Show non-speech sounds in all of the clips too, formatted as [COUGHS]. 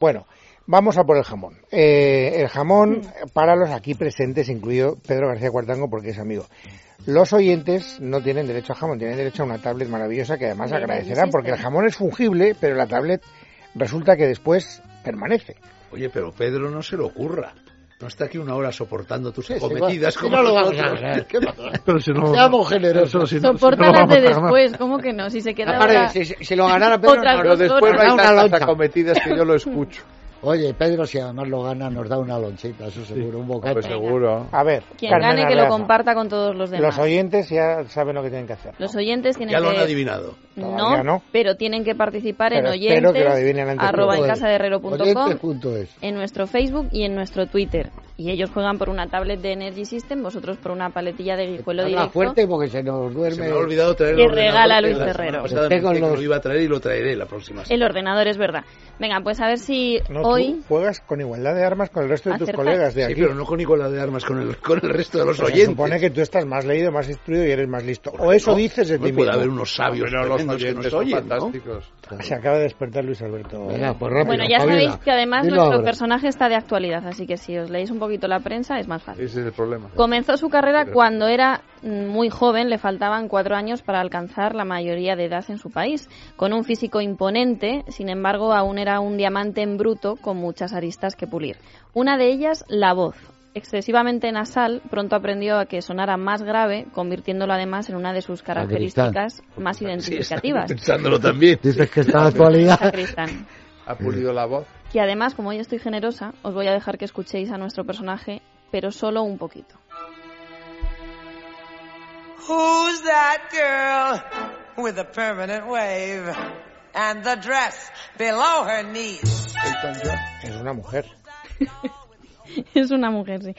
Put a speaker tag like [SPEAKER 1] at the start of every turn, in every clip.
[SPEAKER 1] Bueno, vamos a por el jamón. Eh, el jamón
[SPEAKER 2] Mm.
[SPEAKER 1] para los aquí presentes, incluido Pedro García Cuartango, porque es amigo. Los oyentes no tienen derecho a jamón, tienen derecho a una tablet maravillosa que además
[SPEAKER 2] Mira,
[SPEAKER 1] agradecerán,
[SPEAKER 2] existe.
[SPEAKER 1] porque el jamón es fungible, pero la tablet resulta que después permanece.
[SPEAKER 3] Oye, pero Pedro no se lo ocurra. No está aquí una hora soportando tus
[SPEAKER 4] Sí, sí,
[SPEAKER 3] cometidas
[SPEAKER 4] va-
[SPEAKER 3] como
[SPEAKER 4] no lo vamos
[SPEAKER 3] nosotros.
[SPEAKER 4] a ganar.
[SPEAKER 3] ¿Qué pasa?
[SPEAKER 5] Pero si no.
[SPEAKER 4] Seamos generosos.
[SPEAKER 5] eso, si no- si no
[SPEAKER 2] Soporta
[SPEAKER 5] lo
[SPEAKER 2] las
[SPEAKER 5] vamos
[SPEAKER 2] de
[SPEAKER 5] a ganar.
[SPEAKER 2] después, ¿cómo que no? Si se queda ahora-
[SPEAKER 4] Aparte, si, si- si lo ganara Pedro,
[SPEAKER 2] Otras
[SPEAKER 4] nos
[SPEAKER 3] Pero
[SPEAKER 2] dos
[SPEAKER 3] después
[SPEAKER 2] horas.
[SPEAKER 3] hay
[SPEAKER 4] da una
[SPEAKER 3] tantas
[SPEAKER 4] loncha.
[SPEAKER 3] acometidas que yo lo escucho.
[SPEAKER 4] Oye, Pedro, si además lo gana, nos da una lonchita, eso seguro, un bocata.
[SPEAKER 3] Pues seguro.
[SPEAKER 1] A ver,
[SPEAKER 2] Quien
[SPEAKER 1] Carmen
[SPEAKER 2] gane que lo
[SPEAKER 1] Arreaza.
[SPEAKER 2] comparta con todos los demás.
[SPEAKER 1] Los oyentes ya saben lo que tienen que hacer. ¿no?
[SPEAKER 2] Los oyentes tienen
[SPEAKER 3] Ya lo han
[SPEAKER 2] que...
[SPEAKER 3] adivinado.
[SPEAKER 2] No,
[SPEAKER 1] Todavía no.
[SPEAKER 2] pero tienen que participar en
[SPEAKER 1] Pero espero que lo adivinen
[SPEAKER 2] oyentes,
[SPEAKER 1] antes
[SPEAKER 2] arroba en
[SPEAKER 1] luego.
[SPEAKER 2] casa de
[SPEAKER 4] Oyentes este punto es.
[SPEAKER 2] en nuestro Facebook y en nuestro Twitter. Y ellos juegan por una tablet de Energy System, vosotros por una paletilla de guijuelo
[SPEAKER 4] Habla
[SPEAKER 2] Pues directo.
[SPEAKER 4] fuerte porque se nos
[SPEAKER 3] Se
[SPEAKER 4] duerme.
[SPEAKER 3] me ha olvidado traer
[SPEAKER 2] Que
[SPEAKER 3] el ordenador
[SPEAKER 2] regala
[SPEAKER 3] que
[SPEAKER 2] Luis
[SPEAKER 3] la semana
[SPEAKER 2] Ferrero.
[SPEAKER 3] pasada
[SPEAKER 4] Tengo
[SPEAKER 3] pensé que
[SPEAKER 4] los-
[SPEAKER 3] lo iba a traer y lo traeré la próxima.
[SPEAKER 2] El ordenador es verdad. Venga, pues a ver si
[SPEAKER 1] No,
[SPEAKER 2] hoy
[SPEAKER 1] tú juegas con igualdad de armas con el resto de tus
[SPEAKER 2] Acertar.
[SPEAKER 1] colegas de
[SPEAKER 3] Sí,
[SPEAKER 1] aquí.
[SPEAKER 3] pero no con Nicolás de Armas, con el, con el resto de los
[SPEAKER 1] Pero
[SPEAKER 3] oyentes.
[SPEAKER 1] Se supone que tú estás más leído, más instruido y eres más listo. O eso
[SPEAKER 3] No,
[SPEAKER 1] dices de
[SPEAKER 3] no
[SPEAKER 1] ti
[SPEAKER 3] puede
[SPEAKER 1] mismo.
[SPEAKER 3] haber unos sabios
[SPEAKER 5] Pero los
[SPEAKER 3] tremendos que
[SPEAKER 5] oyentes
[SPEAKER 3] nos
[SPEAKER 5] son
[SPEAKER 3] oyen, ¿no?
[SPEAKER 5] fantásticos.
[SPEAKER 1] Se acaba de despertar Luis Alberto.
[SPEAKER 4] Venga, pues rápido,
[SPEAKER 2] Bueno, ya
[SPEAKER 4] espabila.
[SPEAKER 2] sabéis que además
[SPEAKER 4] Dilo
[SPEAKER 2] nuestro
[SPEAKER 4] ahora.
[SPEAKER 2] personaje está de actualidad, así que si os leéis un poquito la prensa es más fácil.
[SPEAKER 5] Ese es el problema.
[SPEAKER 2] Comenzó su carrera cuando era mm, muy joven, le faltaban cuatro años para alcanzar la mayoría de edad en su país. Con un físico imponente, sin embargo, aún era un diamante en bruto con muchas aristas que pulir. Una de ellas, la voz. Excesivamente nasal, pronto aprendió a que sonara más grave, convirtiéndolo además en una de sus características más
[SPEAKER 3] Sí, está
[SPEAKER 2] identificativas.
[SPEAKER 3] pensándolo también.
[SPEAKER 4] Dices que
[SPEAKER 2] [LAUGHS]
[SPEAKER 4] está en la actualidad.
[SPEAKER 2] Sacristán.
[SPEAKER 5] Ha pulido la voz.
[SPEAKER 2] Que además, como yo estoy generosa, os voy a dejar que escuchéis a nuestro personaje, pero solo un poquito. [LAUGHS]
[SPEAKER 6] Who's that girl with a permanent wave and the dress below her knees?
[SPEAKER 1] Es una mujer.
[SPEAKER 2] es una mujer, sí.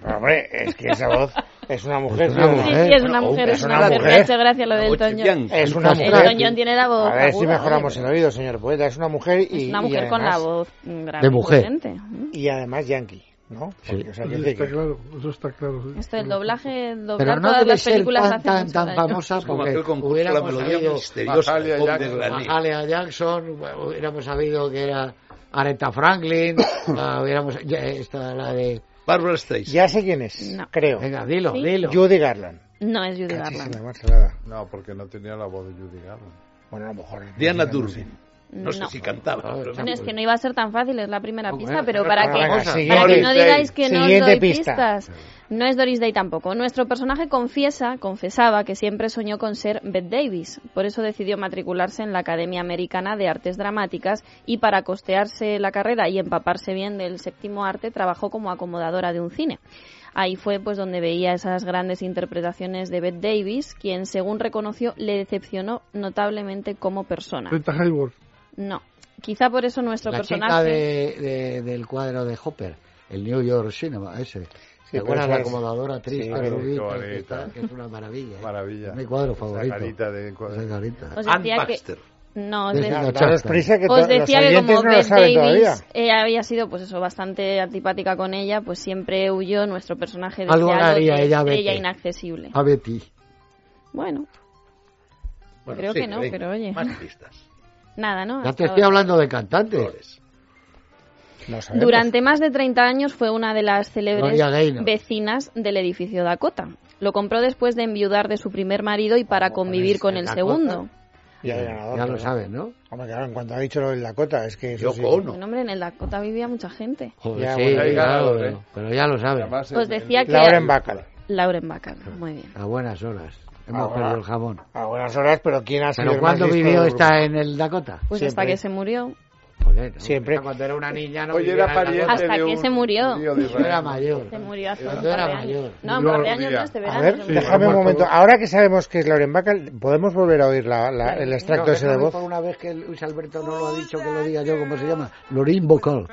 [SPEAKER 1] Pero, hombre, es que esa voz es una mujer.
[SPEAKER 4] Es una
[SPEAKER 1] ¿no?
[SPEAKER 2] Sí,
[SPEAKER 4] mujer.
[SPEAKER 2] sí, es una
[SPEAKER 3] Bueno,
[SPEAKER 2] mujer,
[SPEAKER 3] o
[SPEAKER 2] es una
[SPEAKER 1] una
[SPEAKER 2] mujer. Me
[SPEAKER 1] mujer.
[SPEAKER 2] ha hecho gracia lo del
[SPEAKER 3] Oye,
[SPEAKER 2] Toño.
[SPEAKER 3] Bian,
[SPEAKER 1] Es una
[SPEAKER 4] Sí.
[SPEAKER 2] El
[SPEAKER 1] mujer.
[SPEAKER 2] Toño tiene la voz.
[SPEAKER 1] A ver si
[SPEAKER 2] aguda,
[SPEAKER 1] mejoramos
[SPEAKER 2] oye,
[SPEAKER 1] el oído, señor poeta. Es una mujer
[SPEAKER 2] pero
[SPEAKER 1] y.
[SPEAKER 2] Es una
[SPEAKER 1] y
[SPEAKER 2] mujer con la
[SPEAKER 1] además-
[SPEAKER 2] voz grave.
[SPEAKER 4] De mujer.
[SPEAKER 2] potente. Mm.
[SPEAKER 1] Y además yankee, ¿no? Porque, o sea,
[SPEAKER 5] Eso
[SPEAKER 1] quiere decir
[SPEAKER 5] está
[SPEAKER 1] que-
[SPEAKER 5] claro. Eso está claro. sí.
[SPEAKER 2] Esto del doblaje, doblar
[SPEAKER 4] Mm. Pero no
[SPEAKER 2] todas
[SPEAKER 4] debe
[SPEAKER 2] las
[SPEAKER 4] ser
[SPEAKER 2] películas ¿eh?
[SPEAKER 4] tan,
[SPEAKER 2] hace
[SPEAKER 4] tan,
[SPEAKER 2] mucho
[SPEAKER 4] tan
[SPEAKER 2] daño.
[SPEAKER 4] famosa
[SPEAKER 3] Es como
[SPEAKER 4] porque
[SPEAKER 3] aquel concurso de la
[SPEAKER 4] hubiéramos
[SPEAKER 3] melodía
[SPEAKER 4] sabido
[SPEAKER 3] misteriosa.
[SPEAKER 5] Mahalia
[SPEAKER 3] Bob
[SPEAKER 5] Jackson.
[SPEAKER 3] de Grané.
[SPEAKER 4] Mahalia Jackson, hubiéramos sabido que era Aretha Franklin, [COUGHS] la hubiéramos, ya, esta, la de...
[SPEAKER 3] Barbara Streisand.
[SPEAKER 1] Ya sé quién es,
[SPEAKER 2] No.
[SPEAKER 1] creo.
[SPEAKER 4] Venga, dilo,
[SPEAKER 2] Sí.
[SPEAKER 4] dilo.
[SPEAKER 1] Judy Garland.
[SPEAKER 2] No es Judy
[SPEAKER 1] Muchísima
[SPEAKER 2] Garland.
[SPEAKER 1] Marcelada.
[SPEAKER 5] No, porque no tenía la voz de Judy Garland.
[SPEAKER 1] Bueno, a lo mejor.
[SPEAKER 3] Diana
[SPEAKER 1] no sé.
[SPEAKER 3] Durbin. No
[SPEAKER 2] No.
[SPEAKER 3] sé si cantaba.
[SPEAKER 4] Ah,
[SPEAKER 3] pero-
[SPEAKER 4] está
[SPEAKER 2] No, es que no iba a ser tan fácil, es la primera
[SPEAKER 4] Bueno,
[SPEAKER 2] pista,
[SPEAKER 4] bueno,
[SPEAKER 2] pero
[SPEAKER 4] bueno,
[SPEAKER 2] para
[SPEAKER 4] bueno,
[SPEAKER 2] que,
[SPEAKER 4] venga,
[SPEAKER 2] para
[SPEAKER 1] siguiente.
[SPEAKER 2] que no digáis que no os
[SPEAKER 1] Siguiente
[SPEAKER 2] doy
[SPEAKER 1] pista.
[SPEAKER 2] pistas. No es Doris Day tampoco. Nuestro personaje confiesa, confesaba que siempre soñó con ser Bette Davis. Por eso decidió matricularse en la Academia Americana de Artes Dramáticas y para costearse la carrera y empaparse bien del séptimo arte trabajó como acomodadora de un cine. Ahí fue pues donde veía esas grandes interpretaciones de Bette Davis, quien según reconoció le decepcionó notablemente como persona.
[SPEAKER 5] Rita Hayworth.
[SPEAKER 2] No. Quizá por eso nuestro
[SPEAKER 4] la chica
[SPEAKER 2] personaje.
[SPEAKER 4] de, de- del cuadro de Hopper, el New York Cinema, ese.
[SPEAKER 1] Sí,
[SPEAKER 4] ¿Te acuerdas
[SPEAKER 1] pero
[SPEAKER 4] la
[SPEAKER 1] esa es-
[SPEAKER 4] acomodadora
[SPEAKER 1] Sí,
[SPEAKER 4] triste,
[SPEAKER 1] pero qué
[SPEAKER 4] rubita, que,
[SPEAKER 5] bonita.
[SPEAKER 4] está, que es una maravilla? ¿eh?
[SPEAKER 5] Maravilla.
[SPEAKER 4] Es mi cuadro
[SPEAKER 5] Esa
[SPEAKER 4] favorito.
[SPEAKER 5] carita pues. de cuadro.
[SPEAKER 4] Esa carita.
[SPEAKER 2] Os
[SPEAKER 3] Ann
[SPEAKER 2] decía que.
[SPEAKER 3] Baxter.
[SPEAKER 2] No, os,
[SPEAKER 4] Es
[SPEAKER 2] de-
[SPEAKER 4] una
[SPEAKER 1] Daros
[SPEAKER 4] chasta.
[SPEAKER 1] prisa que
[SPEAKER 2] os
[SPEAKER 1] to- los
[SPEAKER 2] decía que
[SPEAKER 1] oyentes
[SPEAKER 2] como
[SPEAKER 1] no lo
[SPEAKER 2] Bette
[SPEAKER 1] saben todavía.
[SPEAKER 2] Davis eh, había sido, pues eso, bastante antipática con ella, pues siempre huyó nuestro personaje de
[SPEAKER 4] Algo
[SPEAKER 2] ese halo
[SPEAKER 4] haría
[SPEAKER 2] de
[SPEAKER 4] ella, Bette. Ah.
[SPEAKER 2] estrella inaccesible.
[SPEAKER 4] A Betty.
[SPEAKER 2] Bueno,
[SPEAKER 3] Bueno,
[SPEAKER 2] creo que no,
[SPEAKER 3] venga,
[SPEAKER 2] pero oye.
[SPEAKER 3] Más pistas.
[SPEAKER 2] nada, ¿no?
[SPEAKER 4] Ya
[SPEAKER 2] Hasta
[SPEAKER 4] te estoy
[SPEAKER 2] ahora.
[SPEAKER 4] hablando de cantantes.
[SPEAKER 3] Flores.
[SPEAKER 1] No sabemos.
[SPEAKER 2] Durante más de 30 años fue una de las célebres
[SPEAKER 4] Gloria Gaynor.
[SPEAKER 2] vecinas del edificio Dakota. Lo compró después de enviudar de su primer marido y para convivir con el
[SPEAKER 4] Dakota?
[SPEAKER 2] segundo.
[SPEAKER 1] Ya, el ganador,
[SPEAKER 4] Ya
[SPEAKER 1] ¿no?
[SPEAKER 4] lo sabes, ¿no?
[SPEAKER 1] Hombre, claro, en cuanto ha dicho lo de Dakota, es que. Eso
[SPEAKER 3] Yoko
[SPEAKER 1] sí.
[SPEAKER 3] Ono.
[SPEAKER 2] Un hombre en el Dakota vivía mucha gente.
[SPEAKER 4] Joder,
[SPEAKER 1] Ya,
[SPEAKER 4] sí,
[SPEAKER 1] bueno,
[SPEAKER 5] ahí
[SPEAKER 4] ya
[SPEAKER 5] ganado,
[SPEAKER 4] lo-
[SPEAKER 5] ¿eh?
[SPEAKER 4] pero ya lo sabes.
[SPEAKER 5] Además,
[SPEAKER 2] Os
[SPEAKER 5] en- en-
[SPEAKER 2] Pues decía que
[SPEAKER 1] Lauren Bacall.
[SPEAKER 2] Lauren Bacall, muy bien.
[SPEAKER 4] A buenas horas. Hemos
[SPEAKER 1] Ahora.
[SPEAKER 4] perdido el jamón.
[SPEAKER 1] A buenas horas, pero ¿quién ha sido
[SPEAKER 4] ¿Pero
[SPEAKER 1] el más
[SPEAKER 4] cuándo
[SPEAKER 1] listo
[SPEAKER 4] vivió
[SPEAKER 1] del grupo?
[SPEAKER 4] esta en el Dakota?
[SPEAKER 2] Pues hasta
[SPEAKER 1] Siempre.
[SPEAKER 2] que se murió.
[SPEAKER 4] Joder, ¿no?
[SPEAKER 1] Siempre.
[SPEAKER 4] Esta Cuando era una niña no
[SPEAKER 5] Oye,
[SPEAKER 4] vivía
[SPEAKER 5] era
[SPEAKER 4] en el Dakota.
[SPEAKER 5] pariente
[SPEAKER 2] Hasta
[SPEAKER 5] de
[SPEAKER 2] que
[SPEAKER 5] un
[SPEAKER 2] se murió.
[SPEAKER 5] judío de
[SPEAKER 4] Yo era
[SPEAKER 5] Israel.
[SPEAKER 4] mayor.
[SPEAKER 2] Se murió hace
[SPEAKER 4] Cuando
[SPEAKER 2] un par
[SPEAKER 4] era
[SPEAKER 2] de años.
[SPEAKER 4] mayor.
[SPEAKER 2] No, un
[SPEAKER 5] Yo
[SPEAKER 2] par de
[SPEAKER 5] lo
[SPEAKER 2] años
[SPEAKER 5] diría.
[SPEAKER 2] no, este verano.
[SPEAKER 1] A ver,
[SPEAKER 2] se murió.
[SPEAKER 1] déjame un
[SPEAKER 5] muerto.
[SPEAKER 1] momento. Ahora que sabemos que es Lauren Bacall, ¿podemos volver a oír la, la- el extracto
[SPEAKER 4] No,
[SPEAKER 1] ese de
[SPEAKER 4] déjame
[SPEAKER 1] voz?
[SPEAKER 4] por una vez que Luis Alberto no lo ha dicho, que lo diga yo, ¿cómo se llama? Lorín Vocal.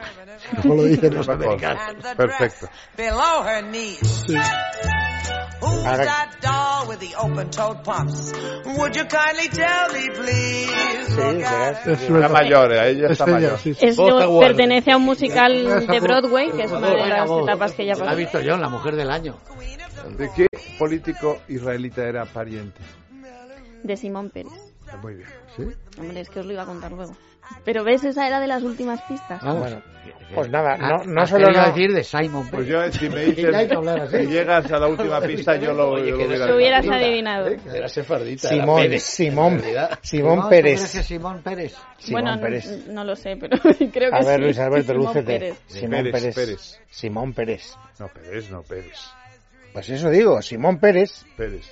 [SPEAKER 4] No lo dicen los americanos.
[SPEAKER 6] And the dress
[SPEAKER 5] Perfecto.
[SPEAKER 6] below her knees. Who's
[SPEAKER 1] Ahora-
[SPEAKER 6] that doll with the open-toed pumps? Would you kindly tell me, please?
[SPEAKER 1] Sí,
[SPEAKER 6] Look at
[SPEAKER 1] verás.
[SPEAKER 6] her.
[SPEAKER 5] Es Era verdad.
[SPEAKER 3] mayor, a ella
[SPEAKER 5] Es
[SPEAKER 3] está
[SPEAKER 5] ella,
[SPEAKER 3] mayor.
[SPEAKER 5] sí, sí.
[SPEAKER 2] Es que
[SPEAKER 3] Bota Warner.
[SPEAKER 2] pertenece a un musical de Broadway, que es una de
[SPEAKER 4] Buena
[SPEAKER 2] las
[SPEAKER 4] voz.
[SPEAKER 2] etapas que ya
[SPEAKER 4] La he
[SPEAKER 2] pasó.
[SPEAKER 4] visto yo, la mujer del año.
[SPEAKER 5] ¿De qué político israelita era pariente?
[SPEAKER 2] De Simón Pérez.
[SPEAKER 5] Muy bien.
[SPEAKER 4] ¿Sí?
[SPEAKER 2] Hombre, es que os lo iba a contar luego. Pero ves, esa era de las últimas pistas.
[SPEAKER 4] Vamos.
[SPEAKER 1] Bueno, pues nada,
[SPEAKER 4] Ah,
[SPEAKER 1] no, no
[SPEAKER 4] has
[SPEAKER 1] solo
[SPEAKER 4] querido
[SPEAKER 1] no-
[SPEAKER 4] decir de Simon
[SPEAKER 5] Pues
[SPEAKER 4] Pegg.
[SPEAKER 5] yo, si me
[SPEAKER 4] [LAUGHS] Y no hay que hablar
[SPEAKER 5] dices
[SPEAKER 4] así.
[SPEAKER 5] que llegas a
[SPEAKER 4] [LAUGHS]
[SPEAKER 5] la última pista, yo lo,
[SPEAKER 3] Oye,
[SPEAKER 5] yo lo
[SPEAKER 3] que no
[SPEAKER 5] hubiera
[SPEAKER 2] Lo hubieras
[SPEAKER 5] dicho.
[SPEAKER 2] adivinado.
[SPEAKER 3] ¿Eh? Era sefardita. era
[SPEAKER 1] Simón,
[SPEAKER 3] Pérez,
[SPEAKER 1] Simón,
[SPEAKER 3] en realidad.
[SPEAKER 1] Simón
[SPEAKER 4] No, ¿tú crees que
[SPEAKER 1] Pérez.
[SPEAKER 4] Simón Pérez.
[SPEAKER 1] Simón
[SPEAKER 2] bueno,
[SPEAKER 1] Pérez.
[SPEAKER 2] No, no lo sé, pero [LAUGHS] creo que
[SPEAKER 1] A ver,
[SPEAKER 2] sí.
[SPEAKER 1] Luis Alberto,
[SPEAKER 2] Simón
[SPEAKER 1] lúcete.
[SPEAKER 2] Pérez.
[SPEAKER 1] Simón
[SPEAKER 5] Pérez,
[SPEAKER 1] Pérez.
[SPEAKER 5] Pérez.
[SPEAKER 1] Simón Pérez.
[SPEAKER 5] No, Pérez, no, Pérez.
[SPEAKER 1] Pues eso digo, Simón Pérez.
[SPEAKER 5] Pérez.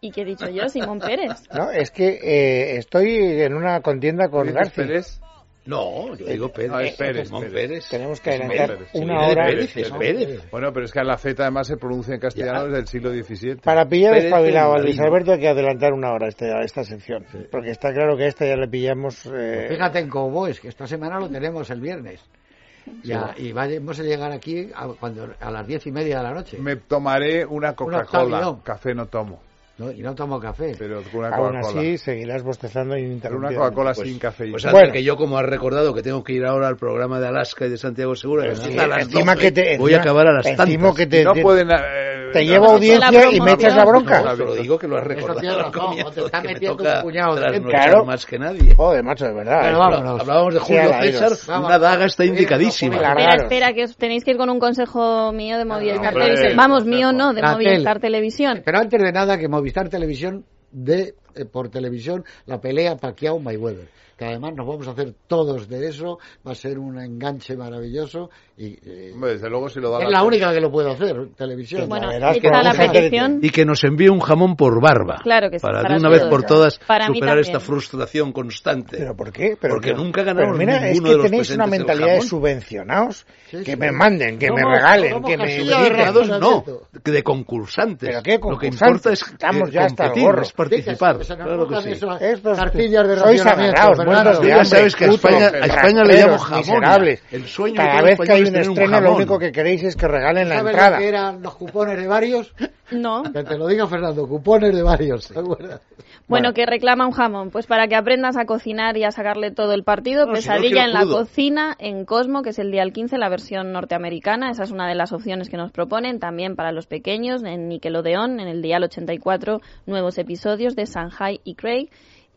[SPEAKER 2] ¿Y qué he dicho yo?
[SPEAKER 1] [LAUGHS]
[SPEAKER 2] Simón Pérez.
[SPEAKER 1] No, es que eh, estoy en una contienda con
[SPEAKER 5] ¿Dices
[SPEAKER 1] García.
[SPEAKER 5] Pérez?
[SPEAKER 3] No, yo digo Pérez.
[SPEAKER 5] Ah, es Pérez,
[SPEAKER 3] Simón
[SPEAKER 5] Pérez.
[SPEAKER 3] Pérez.
[SPEAKER 1] Tenemos que
[SPEAKER 3] Es
[SPEAKER 1] adelantar
[SPEAKER 3] Pérez,
[SPEAKER 1] una
[SPEAKER 3] viene de
[SPEAKER 1] hora.
[SPEAKER 3] Pérez, es Pérez.
[SPEAKER 5] Bueno, pero es que la Z además se pronuncia en castellano
[SPEAKER 3] Ya.
[SPEAKER 5] desde el siglo XVII.
[SPEAKER 1] Para pillar
[SPEAKER 3] Pérez
[SPEAKER 1] espabilado a
[SPEAKER 3] del
[SPEAKER 1] Luis
[SPEAKER 3] Marino.
[SPEAKER 1] Alberto hay que adelantar una hora este- a esta sección. Porque está claro que a esta ya le pillamos.
[SPEAKER 5] Pues
[SPEAKER 1] eh,
[SPEAKER 4] Fíjate en Cowboys, que esta semana lo tenemos el viernes. Ya, y vamos a llegar aquí a, cuando, a las diez y media de la noche.
[SPEAKER 5] Me tomaré una Coca-Cola.
[SPEAKER 4] octavión.
[SPEAKER 5] Café no tomo,
[SPEAKER 4] ¿no? Y no tomo café.
[SPEAKER 5] pero con una
[SPEAKER 1] aún
[SPEAKER 5] Coca-Cola.
[SPEAKER 1] así seguirás bostezando e
[SPEAKER 5] Pero una
[SPEAKER 1] ininterrumpidamente.
[SPEAKER 5] Coca-Cola
[SPEAKER 3] Pues-
[SPEAKER 5] sin cafeína.
[SPEAKER 3] Pues
[SPEAKER 1] Bueno.
[SPEAKER 3] bueno. que yo, como has recordado que tengo que ir ahora al programa de Alaska y de Santiago Segura, que
[SPEAKER 1] Sí,
[SPEAKER 3] empieza a las
[SPEAKER 1] encima
[SPEAKER 3] 12,
[SPEAKER 1] que te,
[SPEAKER 3] voy a
[SPEAKER 1] encima-
[SPEAKER 3] acabar a las
[SPEAKER 1] encima
[SPEAKER 3] tantas.
[SPEAKER 1] que te,
[SPEAKER 5] no
[SPEAKER 1] te-
[SPEAKER 5] pueden. eh,
[SPEAKER 1] pues, te
[SPEAKER 5] no,
[SPEAKER 1] llevo
[SPEAKER 5] no,
[SPEAKER 1] audiencia y me
[SPEAKER 2] promoción.
[SPEAKER 1] echas la bronca.
[SPEAKER 3] No, te lo digo que lo has recordado.
[SPEAKER 4] tiene
[SPEAKER 3] al
[SPEAKER 4] razón,
[SPEAKER 3] comienzo,
[SPEAKER 4] te está
[SPEAKER 3] que me
[SPEAKER 4] metiendo un
[SPEAKER 3] toca
[SPEAKER 4] puñado de gente.
[SPEAKER 3] trasnochar
[SPEAKER 1] Claro.
[SPEAKER 3] más que nadie.
[SPEAKER 1] Joder, macho, de verdad.
[SPEAKER 4] Bueno,
[SPEAKER 1] eh.
[SPEAKER 4] vamos.
[SPEAKER 3] Hablábamos de
[SPEAKER 1] Sí,
[SPEAKER 3] Julio
[SPEAKER 1] Alairos.
[SPEAKER 3] César,
[SPEAKER 4] Vamos.
[SPEAKER 3] una daga está
[SPEAKER 4] Sí,
[SPEAKER 3] indicadísima.
[SPEAKER 4] no, Julio.
[SPEAKER 2] Espera,
[SPEAKER 1] Largaros.
[SPEAKER 2] espera, que os tenéis que ir con un consejo mío de Movistar
[SPEAKER 5] hombre,
[SPEAKER 2] Televisión. Vamos, mío no, de
[SPEAKER 4] Gatel.
[SPEAKER 2] Movistar Televisión.
[SPEAKER 4] Pero antes de nada, que Movistar Televisión de eh, por televisión la pelea Pacquiao Mayweather que además nos vamos a hacer todos de eso va a ser un enganche maravilloso y eh,
[SPEAKER 5] Hombre, desde luego si lo da
[SPEAKER 4] es la única que lo puede hacer televisión
[SPEAKER 2] Bueno,
[SPEAKER 1] verás que
[SPEAKER 2] hecha la
[SPEAKER 1] vamos a hacer-
[SPEAKER 2] petición.
[SPEAKER 3] Y que nos envíe un jamón por barba.
[SPEAKER 2] Claro que sí,
[SPEAKER 3] Para
[SPEAKER 2] para
[SPEAKER 3] de una
[SPEAKER 2] los
[SPEAKER 3] vez
[SPEAKER 2] dos.
[SPEAKER 3] por todas
[SPEAKER 2] Para mí
[SPEAKER 3] superar
[SPEAKER 2] también.
[SPEAKER 3] esta frustración constante.
[SPEAKER 1] ¿Pero por qué? Pero
[SPEAKER 3] Porque
[SPEAKER 1] pero-
[SPEAKER 3] nunca ganamos
[SPEAKER 1] pero mira, es
[SPEAKER 3] ninguno
[SPEAKER 1] que
[SPEAKER 3] de los
[SPEAKER 1] tenéis una
[SPEAKER 3] presentes el
[SPEAKER 1] mentalidad de
[SPEAKER 3] jamón.
[SPEAKER 1] subvencionados
[SPEAKER 4] Sí,
[SPEAKER 1] que
[SPEAKER 4] sí.
[SPEAKER 1] me manden, que me
[SPEAKER 4] Somos-
[SPEAKER 1] regalen,
[SPEAKER 4] somos
[SPEAKER 1] que me
[SPEAKER 4] casilla de
[SPEAKER 1] inviten.
[SPEAKER 4] ratones.
[SPEAKER 3] Aficionados no,
[SPEAKER 4] Alberto.
[SPEAKER 3] que de concursantes.
[SPEAKER 1] ¿Pero qué
[SPEAKER 3] Lo que
[SPEAKER 1] concursantes?
[SPEAKER 3] importa es eh,
[SPEAKER 1] Estamos ya hasta el
[SPEAKER 3] competir,
[SPEAKER 1] gorro.
[SPEAKER 3] es participar.
[SPEAKER 4] Dices, se nos
[SPEAKER 3] Claro que
[SPEAKER 4] montan
[SPEAKER 3] sí.
[SPEAKER 4] esas
[SPEAKER 1] Estos
[SPEAKER 4] cartillas de
[SPEAKER 1] sois
[SPEAKER 4] racionamiento,
[SPEAKER 1] agarrados,
[SPEAKER 4] Fernando.
[SPEAKER 1] muertos
[SPEAKER 3] Tú
[SPEAKER 1] de
[SPEAKER 3] ya
[SPEAKER 1] hambre,
[SPEAKER 3] sabes que a
[SPEAKER 1] putos,
[SPEAKER 3] España, a España le llamo
[SPEAKER 1] rateros,
[SPEAKER 3] jamón.
[SPEAKER 1] miserables.
[SPEAKER 3] El sueño de
[SPEAKER 1] Cada
[SPEAKER 3] todo
[SPEAKER 1] vez que hay
[SPEAKER 3] español es
[SPEAKER 1] un
[SPEAKER 3] tener
[SPEAKER 1] estreno, lo
[SPEAKER 3] jamón.
[SPEAKER 1] único que queréis es que regalen la
[SPEAKER 4] ¿Sabes
[SPEAKER 1] entrada.
[SPEAKER 4] lo que eran los cupones de varios?
[SPEAKER 2] No.
[SPEAKER 4] Que te lo diga Fernando, cupones de varios. ¿te acuerdas?
[SPEAKER 2] Bueno, que reclama un jamón. Pues para que aprendas a cocinar y a sacarle todo el partido,
[SPEAKER 3] No, si no
[SPEAKER 2] Pesadilla
[SPEAKER 3] quiero
[SPEAKER 2] en la
[SPEAKER 3] crudo.
[SPEAKER 2] cocina en Cosmo, que es el día al 15, la versión norteamericana. Esa es una de las opciones que nos proponen. También para los pequeños, en Nickelodeon, en el día al 84, nuevos episodios de Sanjay y Craig.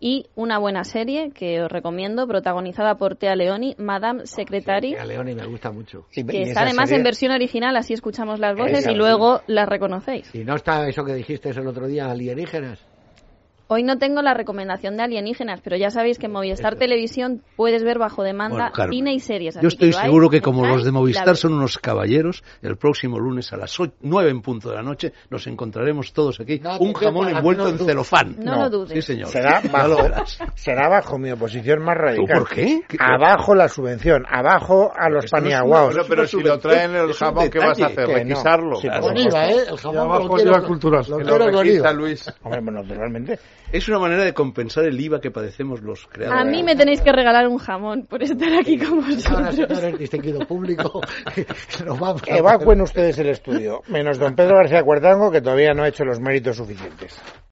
[SPEAKER 2] Y una buena serie que os recomiendo, protagonizada por Tea Leoni, Madame Secretary.
[SPEAKER 4] A Leoni me gusta mucho.
[SPEAKER 1] Y- y
[SPEAKER 2] Que
[SPEAKER 1] esa
[SPEAKER 2] está además
[SPEAKER 1] serie-
[SPEAKER 2] en versión original, así escuchamos las voces
[SPEAKER 1] Esa
[SPEAKER 2] y luego las reconocéis.
[SPEAKER 4] Y no está eso que dijiste el otro día, alienígenas.
[SPEAKER 2] Hoy no tengo la recomendación de alienígenas, pero ya sabéis que en Movistar Televisión puedes ver bajo demanda
[SPEAKER 3] Bueno, Carmen,
[SPEAKER 2] cine y series. así
[SPEAKER 3] Yo estoy
[SPEAKER 2] vais,
[SPEAKER 3] seguro que como
[SPEAKER 2] entráis,
[SPEAKER 3] los de
[SPEAKER 2] la
[SPEAKER 3] Movistar
[SPEAKER 2] veis.
[SPEAKER 3] son unos caballeros, el próximo lunes a las 9 en punto de la noche nos encontraremos todos aquí
[SPEAKER 4] No te
[SPEAKER 3] un jamón
[SPEAKER 4] pierdas,
[SPEAKER 3] envuelto
[SPEAKER 4] no
[SPEAKER 3] en
[SPEAKER 4] dudes.
[SPEAKER 3] celofán.
[SPEAKER 2] No,
[SPEAKER 1] No,
[SPEAKER 2] lo dudes.
[SPEAKER 3] Sí, señor.
[SPEAKER 1] Será
[SPEAKER 3] Ya lo
[SPEAKER 1] bajo,
[SPEAKER 3] verás.
[SPEAKER 1] será bajo mi oposición más radical.
[SPEAKER 3] ¿Tú por qué? ¿Qué-
[SPEAKER 1] Abajo la subvención, abajo a los
[SPEAKER 3] Esto no es una-
[SPEAKER 1] paniaguaos.
[SPEAKER 5] Bueno, pero
[SPEAKER 3] Es
[SPEAKER 5] si
[SPEAKER 3] una
[SPEAKER 5] lo traen
[SPEAKER 3] subvención,
[SPEAKER 5] el
[SPEAKER 3] es un
[SPEAKER 5] jamón, ¿qué vas a
[SPEAKER 3] detalle.
[SPEAKER 5] hacer?
[SPEAKER 1] Que no.
[SPEAKER 5] ¿Requisarlo?
[SPEAKER 1] Sí,
[SPEAKER 5] Claro.
[SPEAKER 1] por
[SPEAKER 4] Con IVA, ¿eh? El
[SPEAKER 5] Y
[SPEAKER 4] jamón
[SPEAKER 5] abajo
[SPEAKER 4] lo quiero,
[SPEAKER 5] lleva cultural.
[SPEAKER 4] Lo
[SPEAKER 5] Que
[SPEAKER 4] quiero
[SPEAKER 5] lo
[SPEAKER 4] con
[SPEAKER 5] registra
[SPEAKER 4] IVA.
[SPEAKER 5] Luis.
[SPEAKER 1] Hombre, bueno, naturalmente.
[SPEAKER 3] Es una manera de compensar el IVA que padecemos los
[SPEAKER 2] A
[SPEAKER 3] creadores.
[SPEAKER 2] mí me tenéis que regalar un jamón por estar aquí con
[SPEAKER 4] Ahora,
[SPEAKER 2] vosotros.
[SPEAKER 4] señores, distinguido público, [LAUGHS] nos vamos a-
[SPEAKER 1] Evacuen ustedes el estudio, menos don Pedro García Cuartango, que todavía no ha hecho los méritos suficientes.